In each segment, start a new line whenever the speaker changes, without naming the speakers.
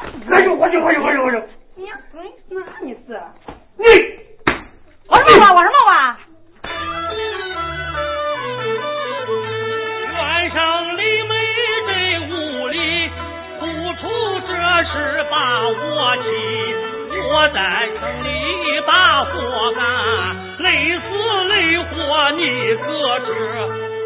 我去，我去，我去，我去！
你呀，嗯，哪你是？
你，
我什么娃？我什么娃？
原上李梅在屋里不出这事把我气，我在城里把活干，累死累活你可知？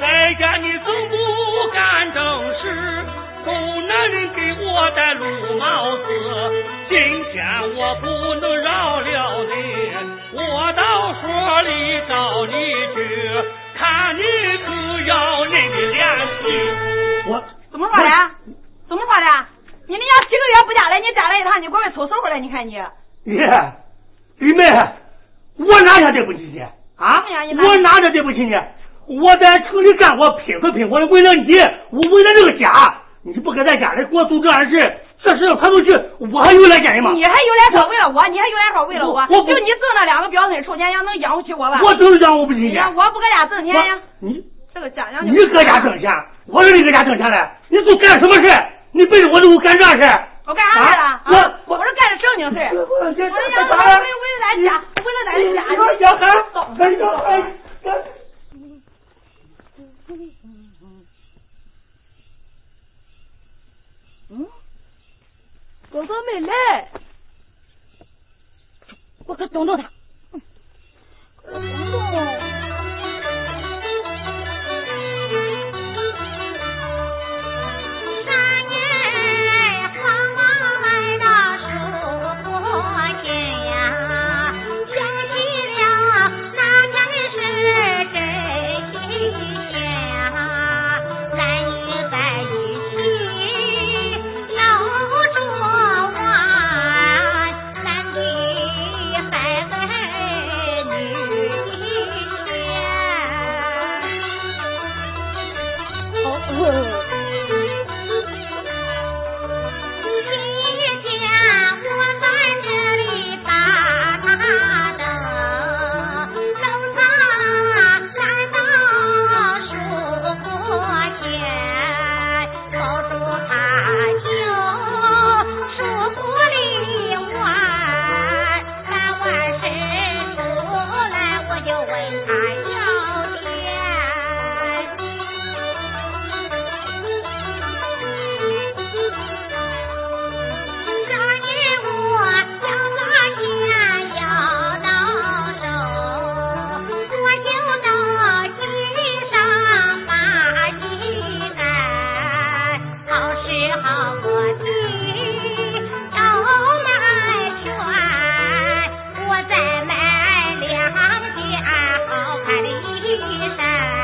在家你总不干正事，狗男人给我戴绿帽子。今天我不能饶了你，我到所里找你去，看你可要你的脸皮。
我
怎么说的？怎么说的？你那家几个月不家来，你家来一趟，你给我出手了，你看你。
啊耶，李妹，我哪下对不起你啊？
哎呀你哪
我哪下对不起你？我在城里干活拼死拼活的，为了你，我为了这个家，你不搁在家里给我做这样事，这事还不去，我还有脸见人吗？
你还有脸说为了我，你还有脸说为了我？
我我
啊就你挣那两个标准臭钱，要能养活起我吧？
我就是让我不进
你
去。
看我不搁家挣钱呀
我，你
这个家养
你搁家挣钱，我说你搁家挣钱嘞，你都干什么事？你背着我都干这事？
我干啥事儿啊？
啊我
我我是干的正经事儿。哎
我我
我
这
说
这
让
咋了
为为了咱家，为了咱家。
说小孩，哎呦哎，
狗都没来，我可动动它。
嗯那年蓬莱的树不见呀，想起了那年的事真新鲜呀，咱与在一起又捉完咱的三儿女情。今天我在这里把他等，等他来到树坡前，抱住他就树坡里玩，他玩伸出来我就问他要钱。这年我要把钱要到手，我就到街上把鸡蛋，好时好过去要买全，我再买两件好看的衣衫。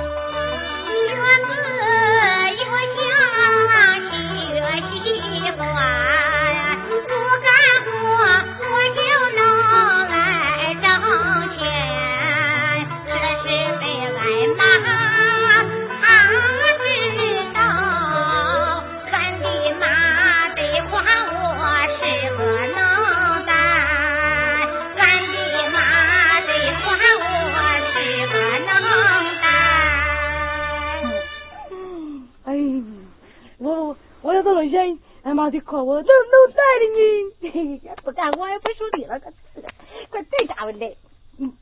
这次又想学习惯，不干活我就能来挣钱。这是没挨骂，他知道，咱的妈得夸我是个能干，咱的妈得夸我是个能干。
哎，我我要到了人，俺妈得夸我能能带的呢。不干我也不受理了，快快带家伙来。嗯，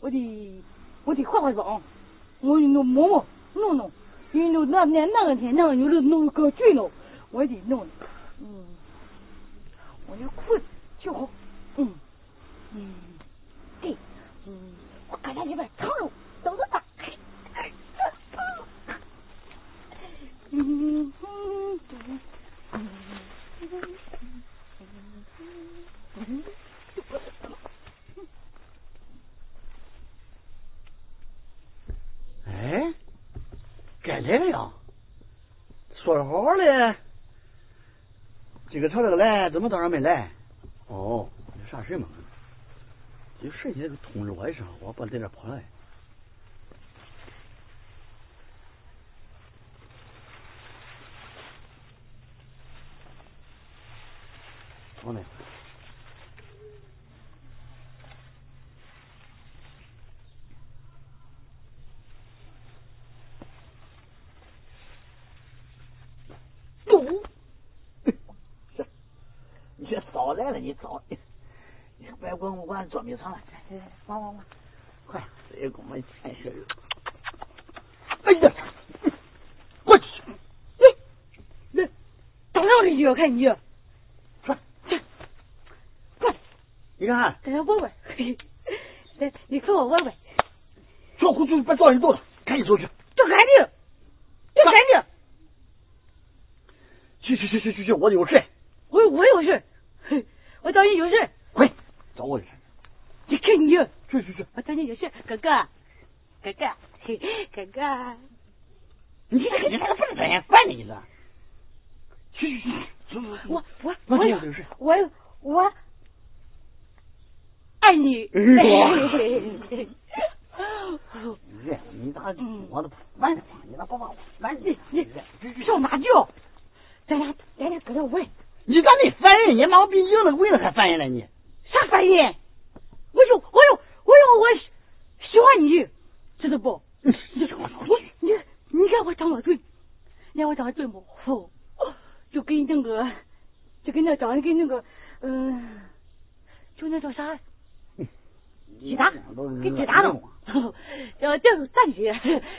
我得我得化化妆，我得弄摸摸弄弄，因为那那那个天那个有的弄搞去弄，我得弄。嗯，我那裤子就好。嗯嗯，对，嗯，我搁家里边藏着，等着他。嗯嗯
哎，该来了呀！说好了，今个朝这个来，怎么当然没来？哦，有啥事嘛？有事你得通知我一声，我不在这跑来。王大夫，来了，你早，你你别管我管捉迷藏了，哎来来来，玩玩玩，快，这给我们钱去。哎呀，过去，
那等上我这句，看你句，
说，
快，
你看看，
等上 我玩，来，你看我玩玩，
坐回去，别照人动了，赶紧出去。
就赶紧，就赶
去
紧，
去去去去去，我有事，
我我有事， 嘿我找你有事，
快找我有事。
你看你句，
去去去，
我找你有事，哥哥，哥哥， 嘿哥哥，
你这个你这个笨蛋，烦你了。去去去，
我我
我
我
有
有
事。
我有我爱你。
哎 呦热，你咋
嗯
我都烦死你了，不把我烦你
你
热这这
叫哪叫？咱俩咱俩搁这问
你咋没烦人？你妈我比硬了棍了还烦人了你！
啥反应？我说我说我说我喜喜欢你，知道不？
你
你你你看我长得俊，你看我长得俊不？哦，就跟那个就跟那长得跟那个嗯、就那叫啥？
你
其他跟其他的，呃，这个大姐，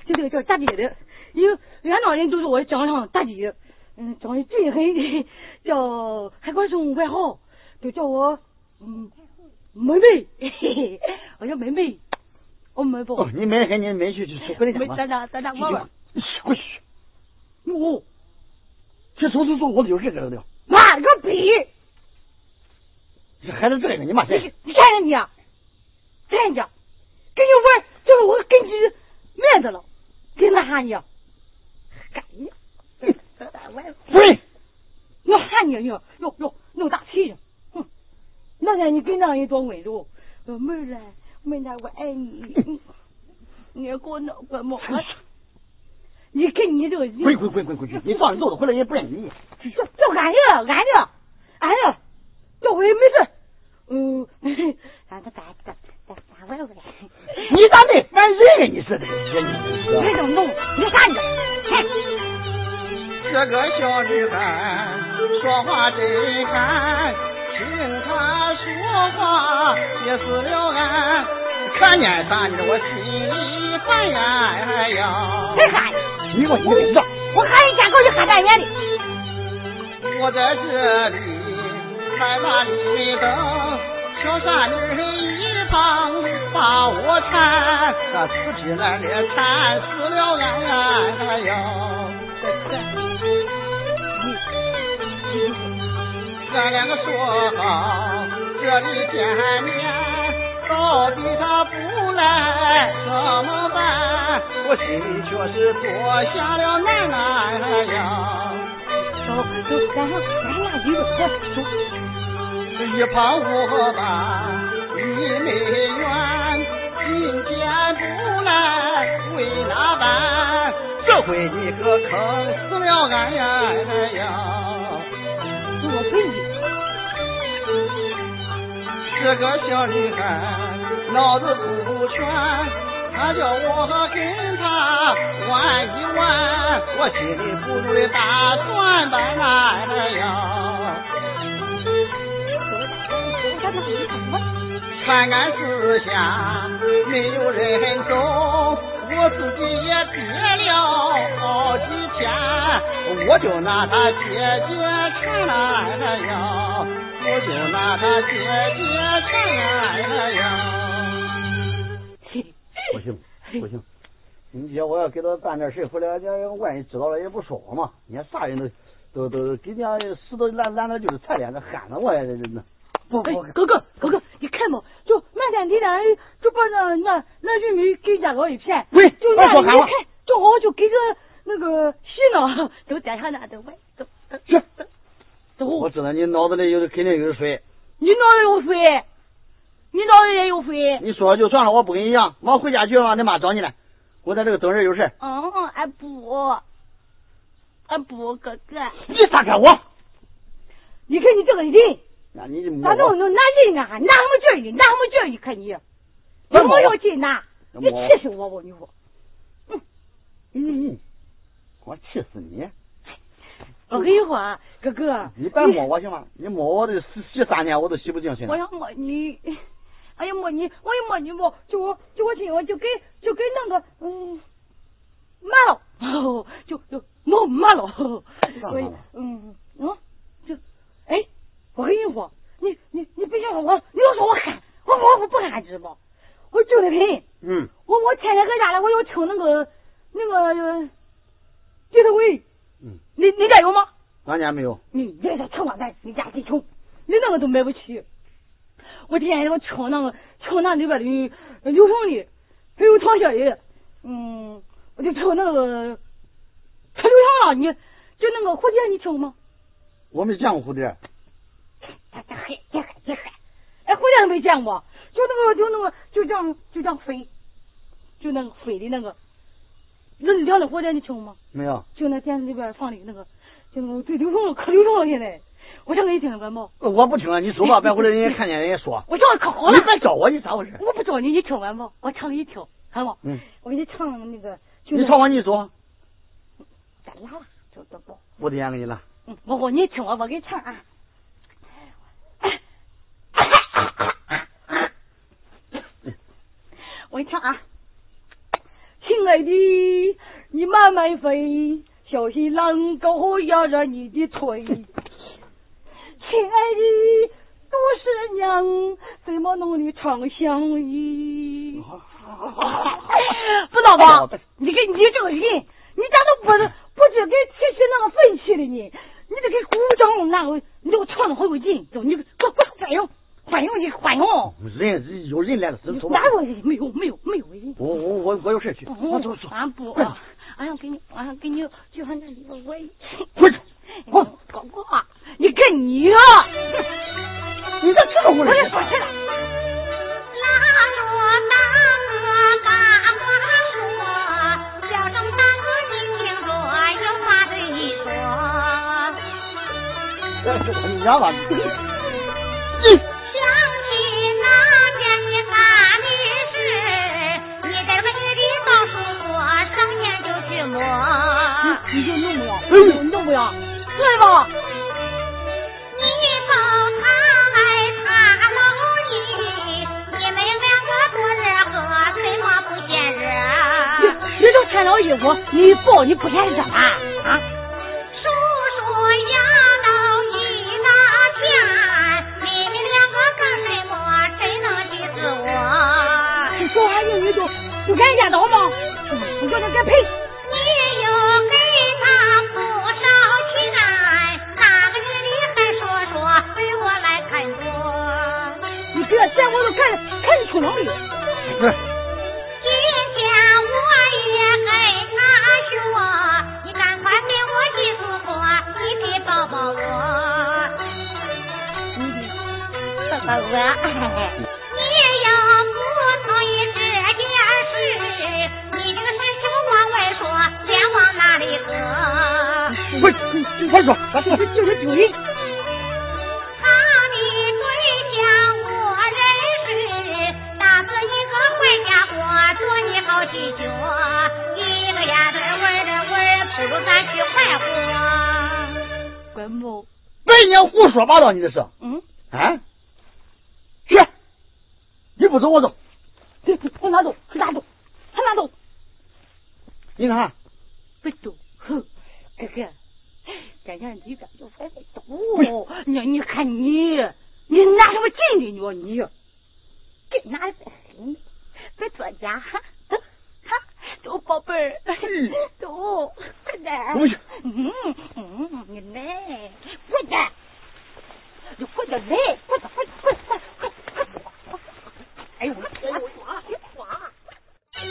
就这个叫大姐的，因为原老人就是我长上大姐，嗯，长得俊得很，叫还管送外号，就叫我嗯梅梅，嘿嘿我叫梅梅，我梅不，
哦，你没人你没去去去，回来讲吧。
咱俩咱俩问问，
去去快去！
我
去走走走，我有事搁这聊。
妈了个逼，
这孩子这个，你妈
你
谁？
你看看你，看你，跟你玩就是我跟你面子了，跟那啥你，干你，哎
滚！
我喊你呢，哟哟，弄大屁呀！哼，那天你跟那人多稳住，我妹儿啊，妹儿啊，我爱你，嗯你给我弄个毛
哎
啊！你跟你这个人，
滚滚滚滚滚去！你放人走了，回来人家不认你。
就就俺这，俺这，哎俺这，叫我也没事。嗯， 咱咱咱咱咱咱玩玩。
你咋没烦人啊？你是的，
你
你
这弄，你啥你？嘿，
这个小女孩说话真敢，听她说话也死了俺，看见她呢我心里烦呀哎呀！
谁喊你？
你给我你给我
我喊你家狗就喊半年的。
我在这里害怕你等，小三女一棒把我缠，那死皮烂脸缠死了俺哎呀！咱两个说好，这里见面，到底他不来怎么办？我心里却是多下了难哎呀！
走走，咱俩咱俩一路走走。
一旁我把你没怨，今天不来为哪般？这回你可坑死了俺呀！哎呀！
我跟你，
这个小女孩脑子不全，她叫我跟她玩一玩，我心里不住的打算吧，哎呀！看俺四下没有人走，我自己也憋了好几天，我就拿它解决馋来呀，我就拿它解决馋来呀。
不行不行，你姐我要给他办点事，回来人家外人知道了也不说我嘛，你看啥人都都都给人家石头烂烂的就是菜脸子喊着我呀，这这这不
哎
不，
哥哥哥哥，你看嘛，就那天你俩就把那那那玉米给夹搞一片，
喂
就那
快说
你
喊我
看，正哦好啊就给个那个洗脑，都点上那都喂，走走
是
走走，
我知道你脑子里有肯定有水，
你脑袋有水，你脑袋也有水，
你说就算了，我不跟你讲，忙回家去吧，你妈找你来，我在这个等人有事，
嗯嗯，俺不，俺不，哥哥，
你撒开我，
你看你这个人，
那你就摸
咋
我
弄，弄拿人啊，拿什么劲儿呢？拿什么劲儿？你看你，
那
有
么
没有劲呐？
那
你
么
气死我！我跟你说，
嗯嗯，我气死你，
我跟你说啊，哥哥，
啊你别摸我行吗？你摸我这洗洗三天我啊都洗不净，行吗
我？要摸你，哎呀摸你，我一摸你摸，就我就我亲我就给就给弄个嗯麻了，哦就就弄麻了，
干
我
嘛了
嗯嗯就哎，我跟你说，你你你别想说我，你要说我憨，我我我不憨知道不？我就得很，
嗯，
我我天天搁家里我要听那个那个地头喂，
嗯，
你你家有吗？
俺家没有。
你这是穷光蛋，你家真穷，你那个都买不起。我今天我听那个听那里边的流行的，还有唱戏的，嗯，我就听那个可流行了，你就那个蝴蝶你听吗？哎
我没见过蝴蝶，
这这嗨这嗨这嗨，哎，蝴蝶都没见过，就那个就那个就这样就这样飞，就那个飞的那个，那两的蝴蝶你听吗？
没有。
就那电视里边放的那个，就那个最流行了可流行了现在，我想给你听个毛。
呃我不听啊，你走吧，别回来人家看见人家说。
我唱的可好
你
了，
别找我，你咋回事？
我不找你，你听完不？我唱给你听，好不？
嗯，
我给你唱那个，就
你
那
唱完你走，
咱拉拉，就这不？
我的眼给你了。
嗯，我我你听我，我给你唱啊。 我给你唱啊，亲爱的，你慢慢飞，小心狼狗咬着你的腿。亲爱的，杜十娘怎么弄的长相依？
啊
不知 道吧？你给你这个人，你咋都不不知给提起那个粪气了呢？你得给鼓掌，那个你这个唱的好有劲，就你给我我欢迎欢迎你欢迎。
人有人来了，走走吧
哪。有人没有没有没有人？
我我我我有事去，我走哎走。
俺不，啊
快点
俺要给你，俺要给你，就俺那个我，
回去，
我搞过，你跟你啊，
你这这啊回
我
来
也说去了。
拉罗大哥把话说，叫声大哥你听着，有话对你说。
你家吧，
想起那年你干的事，你在那雨里告诉我，生年就去磨。
你就弄不了，你就弄不了，对吧？
你走他来他搂你，你们两个多热和，怎么不嫌
你
热？
你就穿上衣服，你抱你不嫌热啊？啊？
叔叔呀到你那家，你们两个干什么？谁能急死我？
你说完英语就就该压倒吗？你叫他该赔。
你又给他不少钱，哪个女的还说说对我来看我？
你给他钱我都看看你出能力。
不是，
今天我也给他说，你赶快给我记住我，你得抱抱我。
大大哥，
你要不同意这件事，你这个伸手往外说，脸往哪里搁？
回去，快走，咱
这
走。
就是丢人。
他的对象我认识，大哥一个坏家伙，做你好几脚，一个丫头玩的玩，不如咱去快活。
关某，
别人胡说八道，你这是
嗯，
啊？去，你不走我走。
对，我拿走，我拿走，他拿走，
你看，啊
不走。哼，哥哥，感情你感就还得走。你你看你，你拿什么劲的你说你？这拿的很，别作假。哈，走宝贝儿，走，快点。
回去。
嗯嗯，你来，快点，你快点来，快点，快点，快点，快点，快点，快点！哎呦，哎呦，我啊，别耍！
你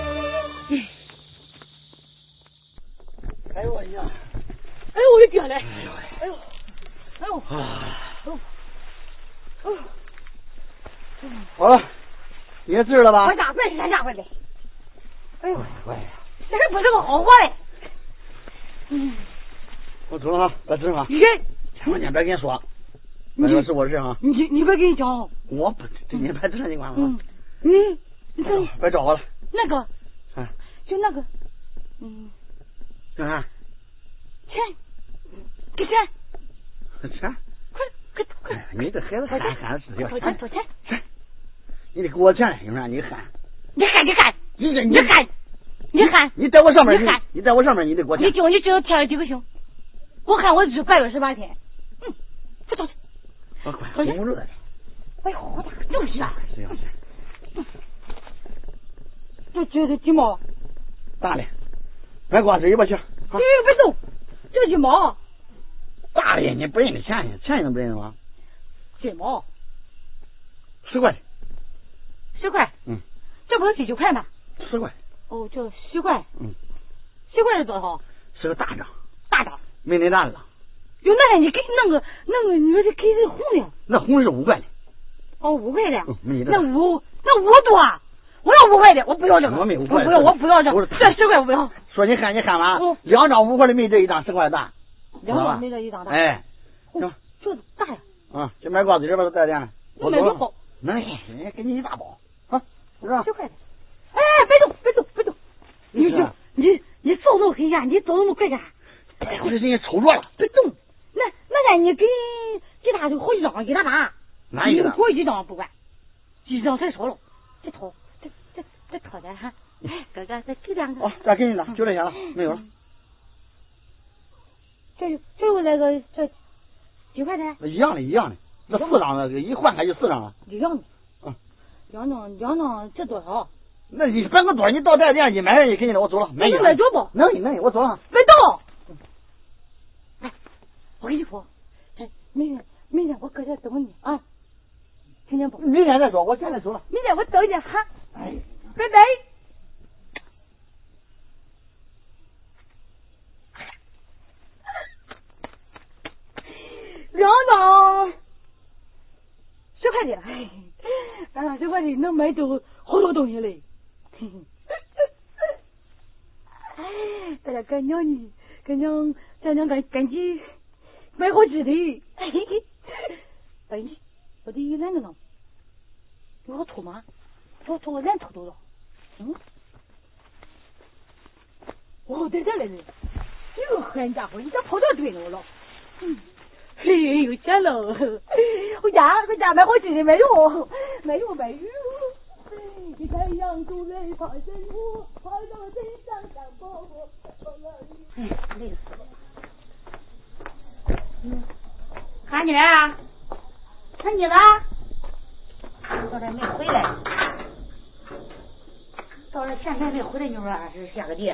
哎
哎
也知道吧？
我咋问啥咋问的？哎呦，
喂，
这人不是个好货嘞。嗯，
我走了啊，别吱声啊，
你这，
千万别跟人说，
你
那个是我的事啊，
你你别跟你讲啊。
我不，对你别吱声，你管
嗯
我，，
嗯，你看
啊哎别找我了，
那个，
啊，
就那个，嗯，
干啥？
钱，给钱，
啥？
快快
哎
快
呀，，你这孩子喊喊是要
走钱走钱，
钱，你得给我钱，有啥你喊，
你喊你喊
你
你喊你喊，
你在我上面，
你
你
喊
你在我上面，你嗯得给我钱
你，今你只有天了几个星，我喊我日怪了十八天，
哎
嗯，快走去，
我管
走
我
去
公主了，
哎呦，我咋就是啊，
是要钱，
就觉得鸡毛，
大嘞，别光嘴巴去，
哎
啊，
别动，这鸡毛，
大嘞，你不认得钱，钱你能不认得吗？
鸡毛，
十块钱，
十块，
嗯，
这不是十九块吗？
十块，
哦，这十块，
嗯，
十块是多少？
是个大张，
大张，
没恁大的了，
有那个你给弄个弄个，你说这给这红的。
那红是五块的，
哦，五块的
嗯没，的
那五那五多啊，我要五块的，我不要这个，
我没有五块的
不要，我不要这
我
个，
是
这十块我不要，哦
说你喊你喊完
嗯，
两张五块的没这一张十块的大，
两
知道吧
张没这一张大
哎，
哦
行
这大呀，
啊，这买瓜子这边带点，
那
我
买
走
就
了
好，，
那人哎家给你一大包，啊，是吧
十？块的，哎，别动，别动，别动，你
是啊
就你你走走黑呀，你走那么快干啥？
哎，我这人家瞅着了，
别动，那那个你给给他就好几张，给他拿，
哪一
你
个？
给我一张不管，一张太少了，这掏这这这掏的哈，哎，哥哥再给两个，
哦，再给你了，就这些了，没有了，
嗯这就这又来个这几块钱。
那一样的，一样的，那四张的，一换开就四张了。
就让你
嗯，
两张两张这多少？
那你别跟我多，你到带店一买也给你了，我走了，没
那
有
你。买着不？
能能，我走了。
别动！嗯哎，我跟你说，哎，明天明天我搁这等你啊，听见不？
明天再说，我现在走了。
明天我等你哈，
哎，
拜拜。两张十块钱，哎，俺俩十块钱能买走好多东西嘞。嘿嘿咱俩干娘呢，干娘，咱俩赶赶紧买好吃的。嘿嘿，哎，我的懒得弄，有好吐吗？我吐我烂吐多少？嗯，我哦在这来呢，这个憨家伙，你这跑这堆了我了。嗯，嘿，有钱了，回家回家买好吃的，买肉，买肉，买肉。你太阳出来爬山坡，爬到身上长包包。
喊你来啊！喊啊你吧。到这没回来，到这现在没回来，你说啊是下个地？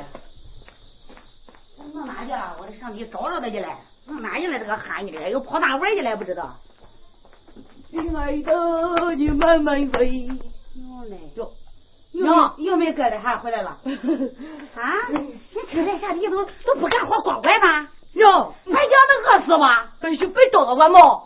弄哪去了？我得上去找找他去了。弄哪去了？这个喊你来，又跑哪玩去了？不知道。
亲爱的，你慢慢飞。
哟嘞，
哟，
又又没搁这还回来 了啊？你天天下地都都不干活，光拐吗？
哟，
俺娘能饿死吗？
哎呦，别叨叨我嘛，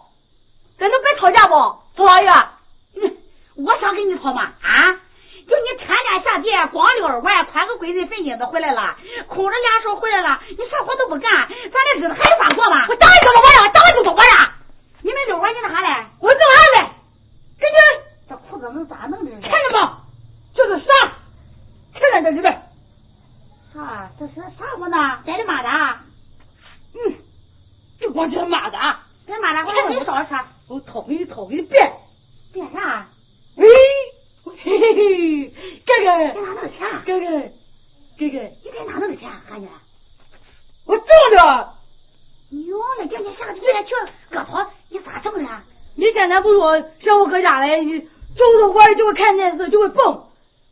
咱能别吵架不？曹老爷，我想跟你吵嘛啊！就你天天下地光溜着玩，穿个鬼子粪影子回来了，空着两手回来了，你啥活都不干，咱这日子还有法过吗？我当然怎么玩了，我当然怎么玩了。你没溜完你那啥嘞？我弄啥嘞？跟你这裤子能咋弄的？看见没？就是啥？看见这里边？啥？这是啥活呢？咱的妈的啊！嗯，
就光这妈的，
咱妈的，我还没找啥。
我讨给你讨给你变。
变啥？
喂，嘿嘿嘿，哥
你
哥，
哪弄的钱啊？
哥哥，哥哥，
你在哪弄的钱啊，韩姐？
我中了！
牛了，叫你下个地来去割草，你咋整的啊？
你刚才不说让我搁家来，你就是玩就会看电视就会蹦，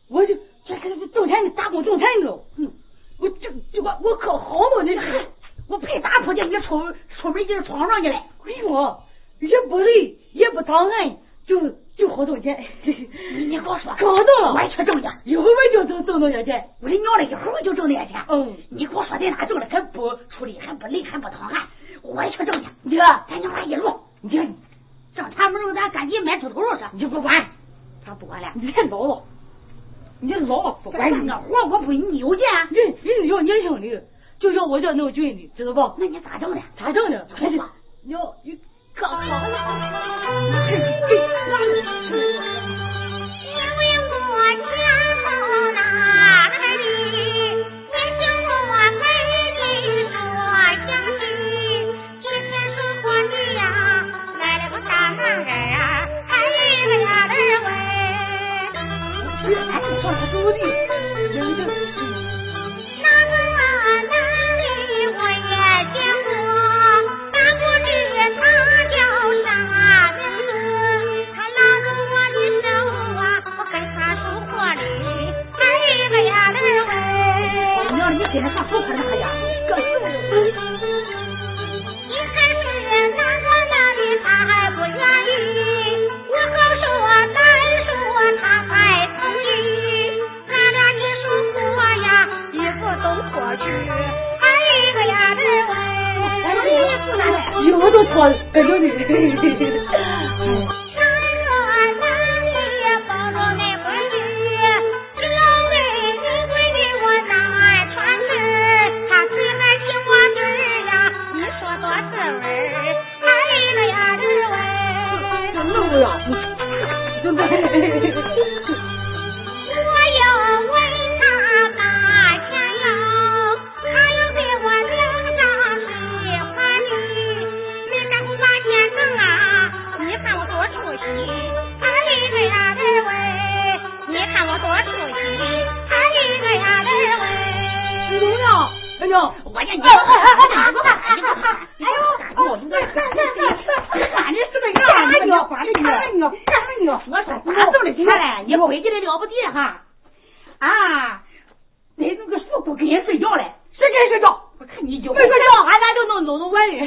我就这这这挣钱你打工挣钱去了，嗯，我这这我我可好嘛那个，
我配打出去，你出出门就是闯上去了。
哎呦，也不累也不讨厌，就就好挣钱。
你你跟我说，
搞到了
我也去挣去。
一会儿就挣挣到些钱，
我这娘了一会儿就挣这些钱。
嗯
你给我说在哪挣的，还不出力，还不累，还不淌汗，我也去挣去。
你
咱娘俩一路
你看
挣钱不挣，咱赶紧买猪头肉去。
你就不管，
说多了。
你太老了，你老了不
不
管
干
你
那，活我不扭去，
人人要年轻的，就像我这闹俊的，知道不？
那你咋整的？
咋整的？还是要你可好
因为
了。
我家到哪儿里，你是我妹妹所相亲。一天说过你呀，来了个大男人儿，还一个俩人喂。
哎，你说他兄弟，人家。
那个男的我也见过，大不知他叫啥名字，他拉住我的手啊，我跟他说话哩，哎个呀嘞喂。
娘，你今天上头盆那
哎
呀？
可是一开始那个男的他还不愿意，我刚说难说他还同意，俺俩一说话呀，一个都过去，还一个哎呀这哎位。
哎
衣服都脱了，感觉你。
那个男的抱着那闺女，你老妹你闺女我哪儿穿去？他最爱听我女儿呀，你说多滋味儿，哎个呀滋味
这愣不呀，真的。
我又问他大钱要，他又对我两张喜欢你，没干过八件能啊，你看我多出息，哎个呀嘞喂，你看我多出息，哎个呀嘞喂。
姑娘，哎呀，
我呀，你
哎哎哎哎
打住吧，打住吧！
哎呦
打住！我就在喊你，喊的什么
干
样？
了
你
你，
管着你，
干了你，干了你！
我说咋挣的钱嘞？你闺女的了不地哈？啊，逮住个树不跟人睡觉嘞？
谁跟谁叫？
我看你就
没睡觉，俺俩就弄弄弄玩意，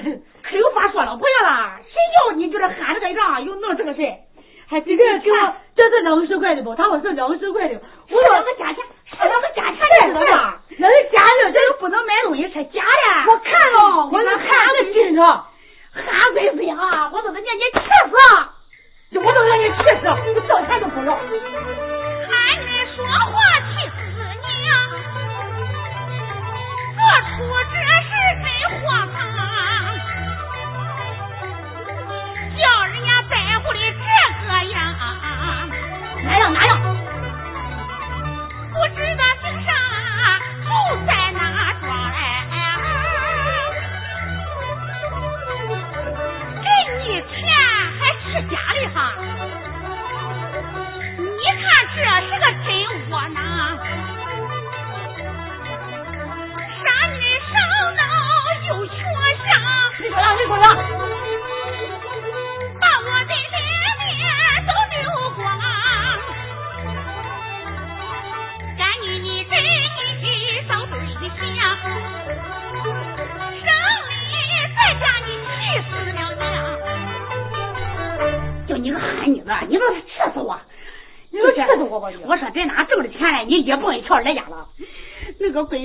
可有法说了，不要啦！谁叫你就这喊这个样，又弄这个事？
还几个人给我，这是两十块的不？他说是两十块的，我
两
说
个假钱，是两个假钱，你知道吗？
那是假的，这
这又不能买东西，是假的。
我看了，我那喊了紧着，
喊鬼子呀！啊我都得让你气死！
我都让你气死，我挣钱都不要。
喊你说话气死你呀！做出这事真荒唐，叫人家在乎的这个样，
哪样哪样？
不知道顶上头在哪装哎！给你钱还是假的哈？你看这是个真窝囊，傻女上脑又缺上。
你说啥？你说啥？
把我的脸面都流光，干女你真你遭罪想，省里再家你气死了娘。
就你个喊你了，你说气死我！
你说气死我吧你
我说在哪挣的钱来？你一蹦一跳来家了，那个鬼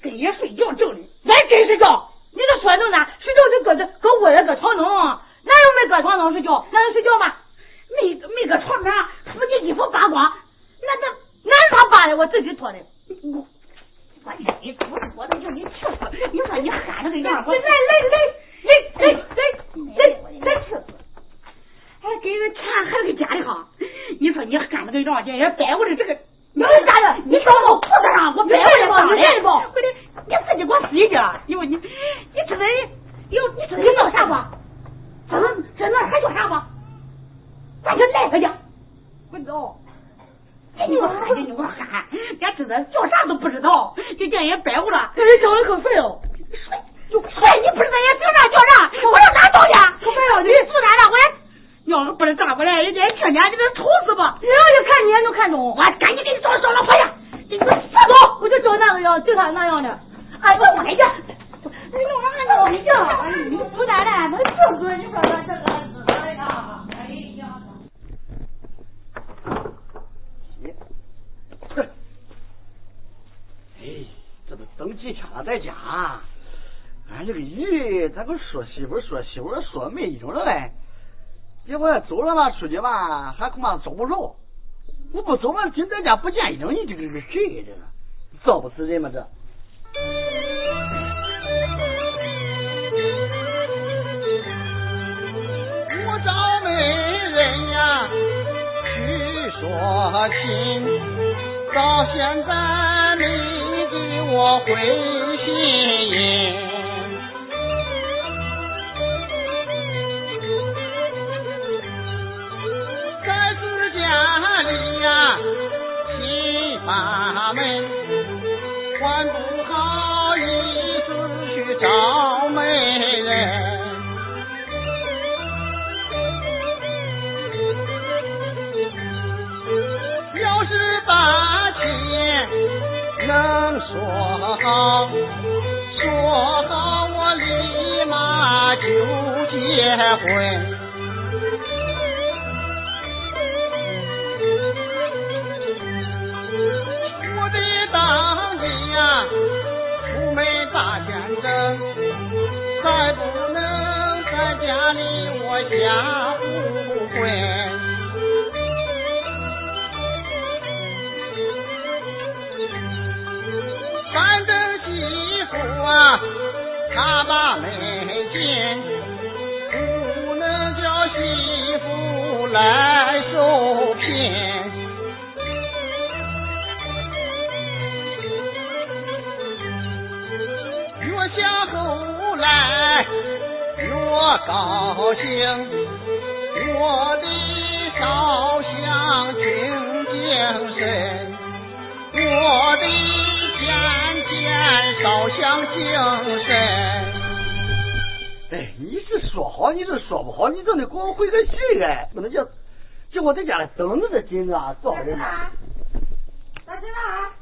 跟人睡觉挣的，
咱真睡觉，你这说弄啥？睡觉就搁这搁窝着搁床弄，哪有没搁床弄睡觉？哪能睡觉吗？
没没搁床上把你衣服扒光，那那
哪是他扒的？我自己脱的。
我我你我我都叫你气死！你说你喊那个
来来
样，我哎
来来来来来来来吃！
还哎给人钱还是个假的哈？你说你喊那个样，这人摆我的这个。
你是假的
你找我裤子上，我摆我的
你认不
我的，你自己给我洗去！哟，你你知道人，哟，你知道人叫啥不？这能这能还叫啥不？咱就赖他去！
滚走！
这你给我喊，这哎你给我喊，人知道叫啥都不知道，就叫人摆我了。
这人长得可肥哦。
帅，就帅，你不知道人叫啥叫啥？我上哪找去？
可肥了，你
啊你住哪了？我要是不能咋不来，人家听见你这愁死吧！
你要是看你也能看懂
我，赶紧给你找找老婆去，给你个死狗！
走，我就找那个样，就他那样的。
哎，我我来呀！
哎呦，俺老叫，哎呦，不难了，能气死你说这这个子哎呀！哎呀，
哎，这都等几天了，啊在家，哎俺这个姨，咱个说媳妇儿说媳妇儿说没影了嘞。结果走了吧，出去吧，还恐怕找不着。我不走了，今在家不见影，你这个这个谁呀这个，造不死人吗这？
不找媒人呀，去说啊亲，到现在没给我回信。在自家里呀，七八门，还不好意思去找媒人。要是把亲能说好，说好我立马就结婚。我的当里呀，出门把钱挣，再不能在家里我瞎胡混。反正媳妇啊，她把媒进，不能叫媳妇来受骗。越想后来越高兴，我的烧香清净身，我的天天烧香净身。
哎，你是说好，你是说不好，你总得给我回个信哎，不能叫叫我在家里等着这金子啊，造人啊！
老师啊，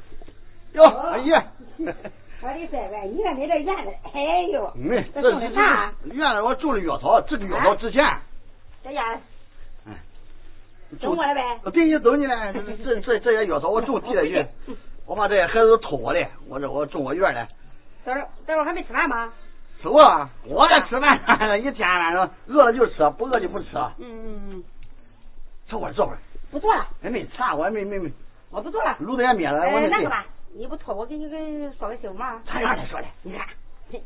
哟，哎嗯阿姨，
我的乖乖，你看你这院子，哎呦，
嗯，这
种的啥？
原来我种的药草，这个药草值钱。
这家
种
等我了呗。
对，你等你嘞，这这这些药草我种地了去， 我怕这些孩子偷我的，我这我种我院的，
待会儿待会儿还没吃饭吗？
吃过了，啊我
啊
爱吃饭 了，一天晚上饿了就吃，不饿就不吃。
嗯，
坐会儿坐会儿，
不做了，
哎没茶，我也没没没，
我不做了。
炉子也灭了，我
哎，
得
那个
睡。
吧，你不托我给你个说个心嘛？
他让他说的，
你看，嘿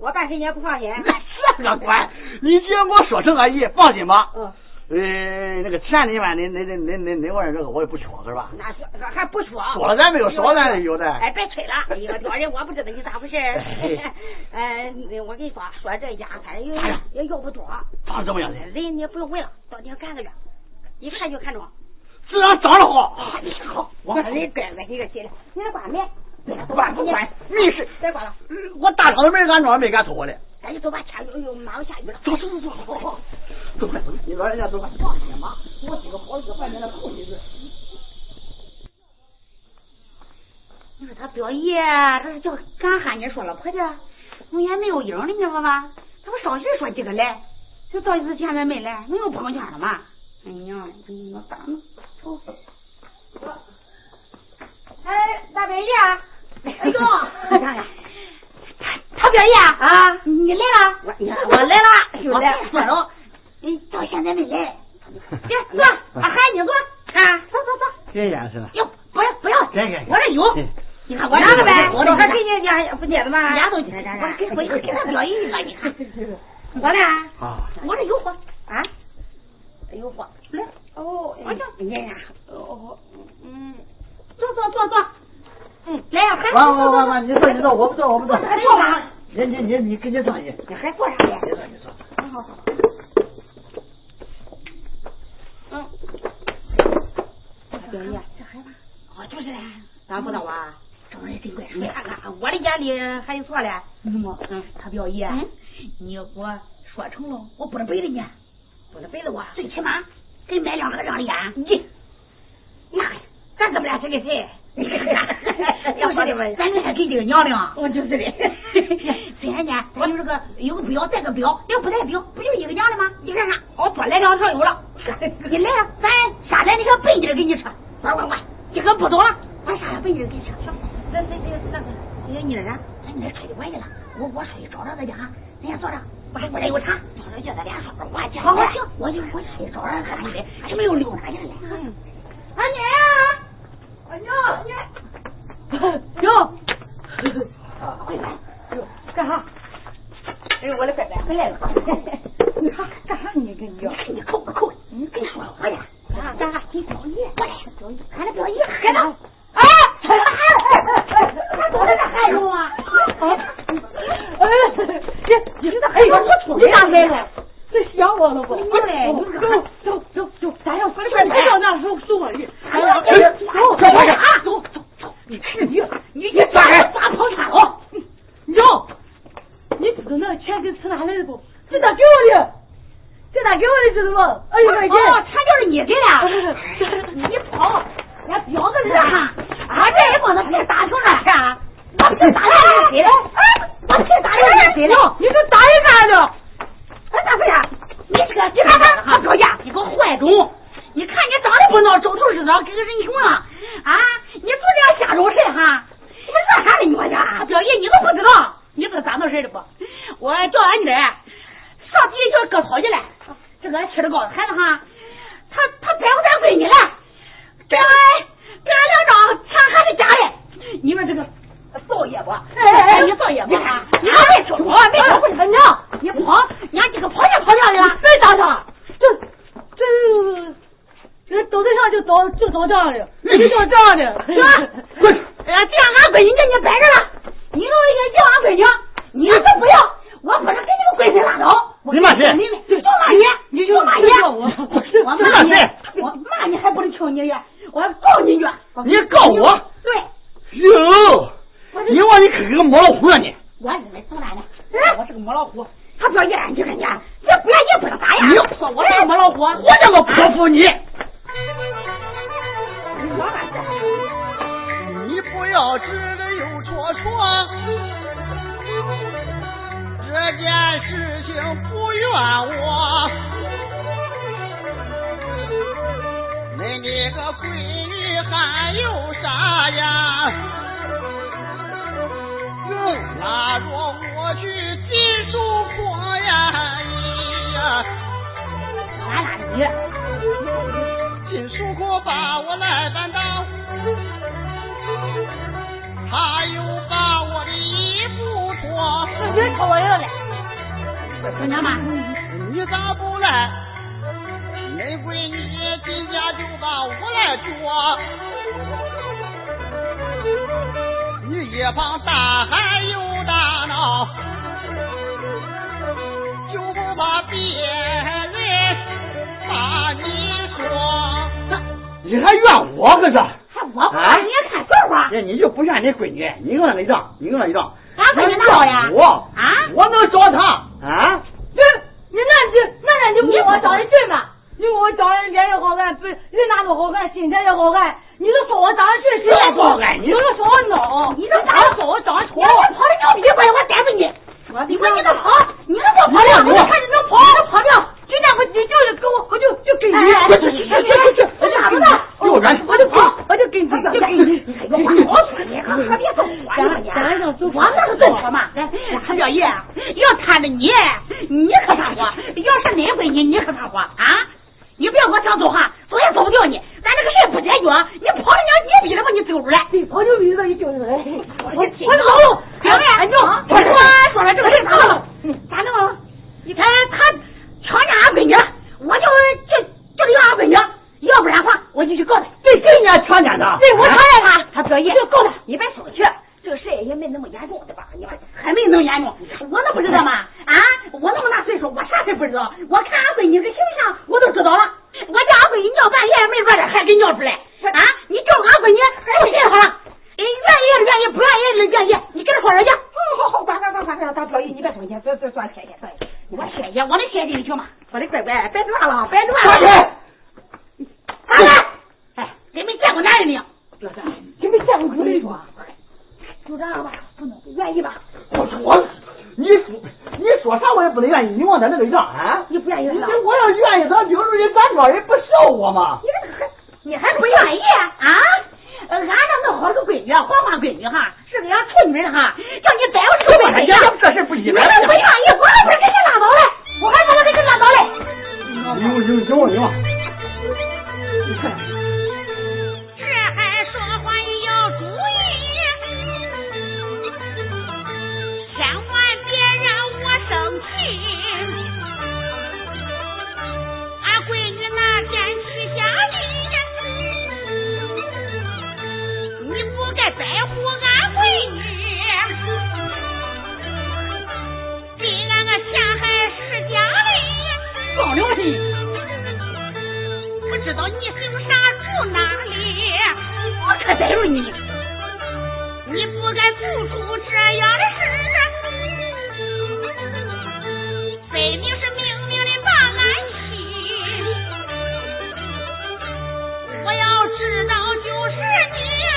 我半天也不放心。
那是啊个管，你既然给我说成阿姨，放心吧。
嗯，
呃，那个钱你吧，那那那那那那玩意儿这个我也不缺是吧？
那说还不说？啊
说了咱没有，少咱有的。
哎，别吹了！哎呦，老人，我不知道你咋回事儿
哎。
哎，我跟你说，说这家反正
哎呀
也也要不多，
长得怎么样的？
人你也不用问了，到顶干个月，一看就看中。
这样长得好
哎，你好，
我
我
啊看
你乖乖，你个心里，你来管没？
不管不管，你是嗯呃
别管了，
我大敞的门俺庄没敢偷我的。
赶紧走吧，天又又马上下雨了。
走走走走走，走快走！你老人家走快，放心 吧，我今个好几个半年的空日子。
你哎说他表姨这是叫干喊你说了婆家，我也没有影儿了，你知道吧？他不上学说几个来，就到一次见咱没来，没有朋友圈了嘛？哎呀，你说咋弄？瞅
哎，大表姨，
哎呦，
你看看，
他他表姨啊，你来了？
我你看
我来了，
我
来
说
哦
了，
你到现在没来，
别
别坐，俺
啊
喊你坐啊，坐坐坐。
这样是吧？
哎
嗯
哟，不要不要，
给给给
我这有，你
啊
看我
拿
这
着
个呗，
呗我这
还
还给你家不点子吗？
俩都给他，我给我给他表姨了，你看我呢，
啊，
我这有货啊，哎
有货来哦，
我这
你呀，哦，嗯，
坐坐坐坐，嗯，来呀，快
完完完完，你坐你坐，我不坐我不坐。
还坐吧，
你你你你跟你坐你，
你还做啥呀？
你坐你坐。
表姨，
我哎哦就是嘞，
咱不懂啊？
找人真怪
你
帅
看。看，我的眼里还有错嘞。
怎么？
嗯，
他表姨，你要给我说成了，我不能背着你，
不是背了我。
最起码给你买两盒让的烟。你，那咱哥们俩谁跟 谁？要不的，咱这还给这个娘的吗？
我就是的。
虽然呢，咱有这个有个表带个表，要不带表，不就一个娘的吗？你看看，我多来两条有了。你来了，咱啥来那个背着给你穿。我我我，这个不懂了，我啥背着给你穿。行，那那那那个，你啊你啥？你这出去玩去了？我我出去找找他去啊。人家坐着，我我这有茶，找找叫他俩说，我好好行，我
我就我去找人干
哎
去，这没有溜达去了。俺娘，俺娘，俺娘，
哟，
干啥？哎，我的乖乖回来 了。
你看干啥你跟你
你看你哎扣不扣？你跟你说我嗯哎呀，哎
啊
干啥？你表姨，过来，表姨，俺的表姨孩
干
子，
啥？
哎，孩子，孩子，他躲在那孩子啊？
哎，这你
哎
这还有我出去干来了？这想我了哎不？走走走走，咱要分分，别到那时候送我去。
哎呀，这
走，
这干啥？
走走走，你去你你你抓人抓跑岔了。哟，你知道那钱是从哪来的不？这咋给我的？这咋给我的知道不？哎呦，
哦，他就是你给的。
你跑，俺彪子
是啊，啊，这也光能给打成那样啊！我去打人谁了？我去打人谁了？
你这打人干的？
哎，大飞呀，你这个你看看，俺表姐，你个坏种！你看你长得不孬，周头是孬，跟个人穷了啊！你就这样下手谁哈？你干啥呢你我家？表姐，你都不知道，你知道咋弄事的不？我叫俺女儿上地里去割草去了，这个吃的高的孩子哈，他他白不咱闺女了，给俺给俺两张钱还是假的，你们这个。造业不？哎你造业不？你还没说我没说不成娘，你跑，你看这个跑下跑下的了，
谁打他？这这这走对上就走就走这样的，就叫这样的，
是 吧？哎呀，这样俺闺女叫你摆着了，你给我也叫俺闺女，你要是不要，我不是给你个闺女拉倒。
你骂谁
你就骂你，你就骂你，
我
我骂你，我骂你还不能听你的，我要告你一句。
你告我？
对，
哟，你往你可是个母老虎啊你！
我认为从哪呢？我是个母老虎，他不要一俺就跟你，这不要也不能打呀。
你
说我是个母老虎，我
我这个泼妇你！
你不要指着又戳戳，这件事情不怨我。你那个闺女还有啥呀？又拉着我去金树坡呀！
俺
哎呀，
拉着你。
金树坡把我来绊倒。他又把我的衣服脱，
别瞅我了嘞！姑娘嘛，
你咋不来？恁闺女今家就把我来捉，你一旁大喊又大闹，就不怕别人把你说？
你还怨我可是？
还哎我不让人家看笑话，
那你就不怨你闺女，你跟她一仗，你跟她一仗。
俺闺女哪好呀？
我
啊，
我能找她啊？
这你那就那那就
你
比我
不
长得俊吧？你我长得脸也好看，不是人哪都好看，身材也好看。你都说我长得俊，谁
不好看你
你都说我孬，
你这咋
还说我长得丑
你要？是跑的牛逼，我我逮住你！你说你能跑？你能不跑掉？我看你能跑，你能跑掉？
今天我你就是跟我，我就就跟你，
哎
去去去去去
我咋不呢？
幼儿园
我就跟我就跟你，就跟你。
哎
嗯
我说你可可别揍我了，我那是揍我嘛？哎，韩小叶，要摊着你，你可咋活？要是恁闺女，你可咋活啊？你别给我想走哈，走也走不掉你。咱这个事不解决，你跑人家牛逼了把你揪出来。
你跑牛逼了，你就是人。
我走，哎表妹，
啊
俺就我说哎说了这个事咋弄？咋弄？你看他强奸俺闺女，我就就就得要俺闺女，要不然话我就去告他。
这谁人家强奸她？
对，我承认他，他表姨就够了，你别生气，这个事也没那么严重的吧？你还没那么严重，我能不知道吗？啊，我那么大岁数，我啥事不知道？我看俺闺女这形象，我都知道了。我叫俺闺女尿半夜没准儿还给尿出来啊！你叫俺闺女，哎，我信好了。哎，愿意愿意，不愿意愿意，你跟他说人家。
哦好好，管管管管管，大表姨，你别生气，这这算谢谢，算谢
我谢谢，我能谢谢你去吗？我的乖乖，别乱了，别
大
乱
姐
了。，大姐，哎，你没见过男人没有？
你没见过女的吗？
啊就这样吧，不能愿意吧？
我说你说你说啥我也不能愿意，你往咱这个一仗啊？
你不愿意
你
了。
这我要愿意，咱领出去，咱庄人不啊笑我吗？
你这还你还不愿意啊？呃俺这弄好个闺女，啊黄花闺女哈，是个样处女人哈，叫你逮我吃闺女呀！
这事不理啊
你们不愿意，我还不是给你拉倒嘞，我还不是给你拉倒嘞。
你有有有有，
你看，
这还说话你要注意，千万别让我生气。俺闺女那天去下地，你不该在乎俺闺女，给俺那钱还是家里。
光良心。
不知道你姓啥住哪里，
我可逮住你！
你不该做出这样的啊事，分明是命令的把俺气。我要知道就是啊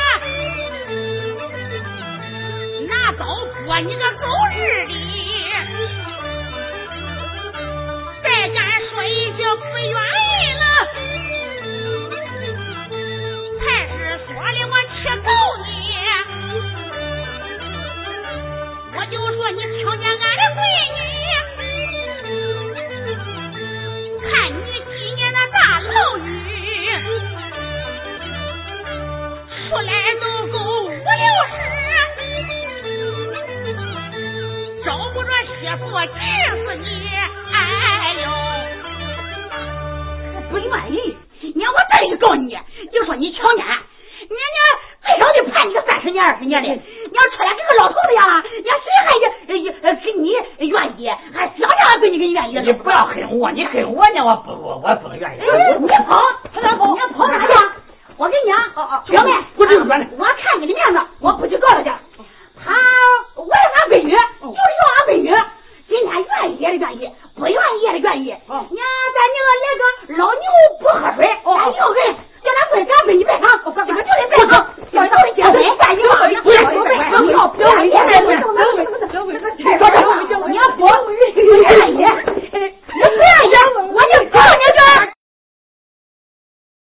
你，拿刀割你个狗日的！再敢说一句不愿意了，派出所里我去告你！我就说你听见俺的闺女，看你今年那大老雨，出来都够五六十。找不着媳妇，我气死你！哎呦，
我不愿意，你让我再去告你，就说你强奸，人家最少得判你个三十年、二十年
嗯
的。你要出来跟个老头子一样，人家谁还呃呃跟你愿意？还想想跟你跟你愿意的？
你不要恨我，你恨我呢，我不我我不能愿意。
哎，你跑，他俩跑，你跑哪去？我跟你讲，表妹，
我这个软的
我看你的面子，我不去告他去。